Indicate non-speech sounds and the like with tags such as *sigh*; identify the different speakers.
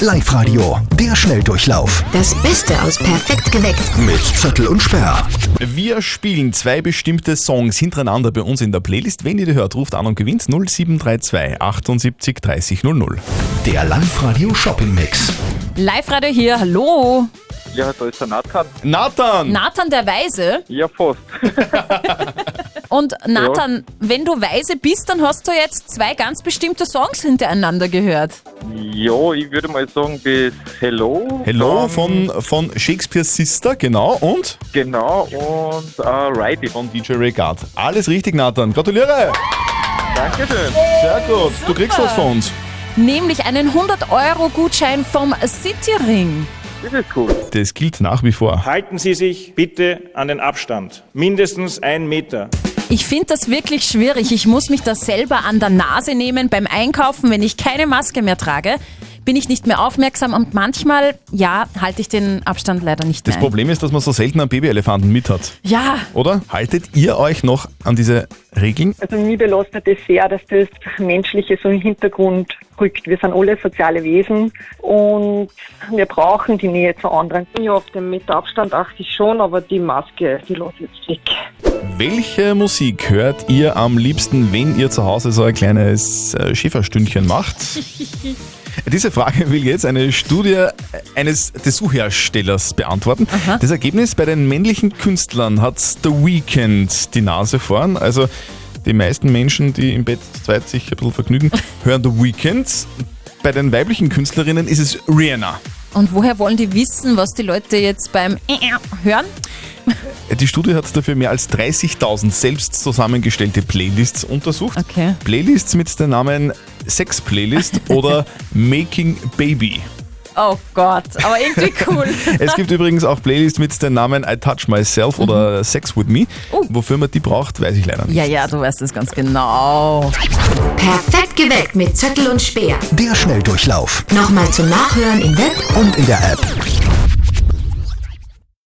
Speaker 1: Live-Radio, der Schnelldurchlauf
Speaker 2: Das Beste aus Perfekt geweckt.
Speaker 1: mit Zettel und Sperr.
Speaker 3: Wir spielen zwei bestimmte Songs hintereinander bei uns in der Playlist. Wenn ihr die hört, ruft an und gewinnt 0732 78 30 00.
Speaker 1: Der Live-Radio Shopping Mix.
Speaker 4: Live-Radio hier, hallo.
Speaker 5: Ja, da ist der Nathan.
Speaker 3: Nathan!
Speaker 4: Nathan der Weise.
Speaker 5: Ja, fast.
Speaker 4: Und Nathan, wenn du weise bist, dann hast du jetzt zwei ganz bestimmte Songs hintereinander gehört.
Speaker 5: ja, ich würde mal sagen, das Hello.
Speaker 3: Hello
Speaker 5: Ähm,
Speaker 3: von, von Shakespeare's Sister, genau, und
Speaker 5: Genau, und äh, Ride It.
Speaker 3: von DJ Regard. Alles richtig, Nathan. Gratuliere!
Speaker 5: Dankeschön.
Speaker 3: Sehr gut. Du kriegst was von uns.
Speaker 4: Nämlich einen 100-Euro-Gutschein vom Cityring.
Speaker 5: Das ist cool.
Speaker 3: Das gilt nach wie vor.
Speaker 6: Halten Sie sich bitte an den Abstand. Mindestens ein Meter.
Speaker 4: Ich finde das wirklich schwierig. Ich muss mich das selber an der Nase nehmen beim Einkaufen, wenn ich keine Maske mehr trage. Bin ich nicht mehr aufmerksam und manchmal, ja, halte ich den Abstand leider nicht
Speaker 3: Das
Speaker 4: mehr. ein.
Speaker 3: Problem ist, dass man so selten einen Babyelefanten mit hat,
Speaker 4: Ja,
Speaker 3: oder? Haltet ihr euch noch an diese Regeln?
Speaker 7: Also mich belastet es sehr, dass das Menschliche so im Hintergrund rückt. Wir sind alle soziale Wesen und wir brauchen die Nähe zu anderen.
Speaker 8: Ja, auf den Meter Abstand achte ich schon, aber die Maske, die lasse ich jetzt weg.
Speaker 3: Welche Musik hört ihr am liebsten, wenn ihr zu Hause so ein kleines äh, Schäferstündchen macht? Diese Frage will jetzt eine Studie äh, eines des Suchherstellers beantworten. Das Ergebnis bei den männlichen Künstlern hat The Weeknd die Nase vorn. Also die meisten Menschen, die im Bett zu zweit sich ein bisschen vergnügen, hören The Weeknd. Bei den weiblichen Künstlerinnen ist es Rihanna.
Speaker 4: und woher wollen die wissen, was die Leute jetzt beim Äh, hören?
Speaker 3: Die Studie hat dafür mehr als 30.000 selbst zusammengestellte Playlists untersucht.
Speaker 4: Okay.
Speaker 3: Playlists mit den Namen Sex Playlist oder Making Baby.
Speaker 4: Oh Gott, aber irgendwie cool.
Speaker 3: *laughs* Es gibt übrigens auch Playlists mit den Namen I Touch Myself oder Sex With Me. Wofür man die braucht, weiß ich leider nicht.
Speaker 4: ja, ja, du weißt es ganz genau.
Speaker 2: Perfekt geweckt mit Zettel und Speer.
Speaker 1: Der Schnelldurchlauf
Speaker 2: Nochmal zum Nachhören in Web
Speaker 1: und in der App.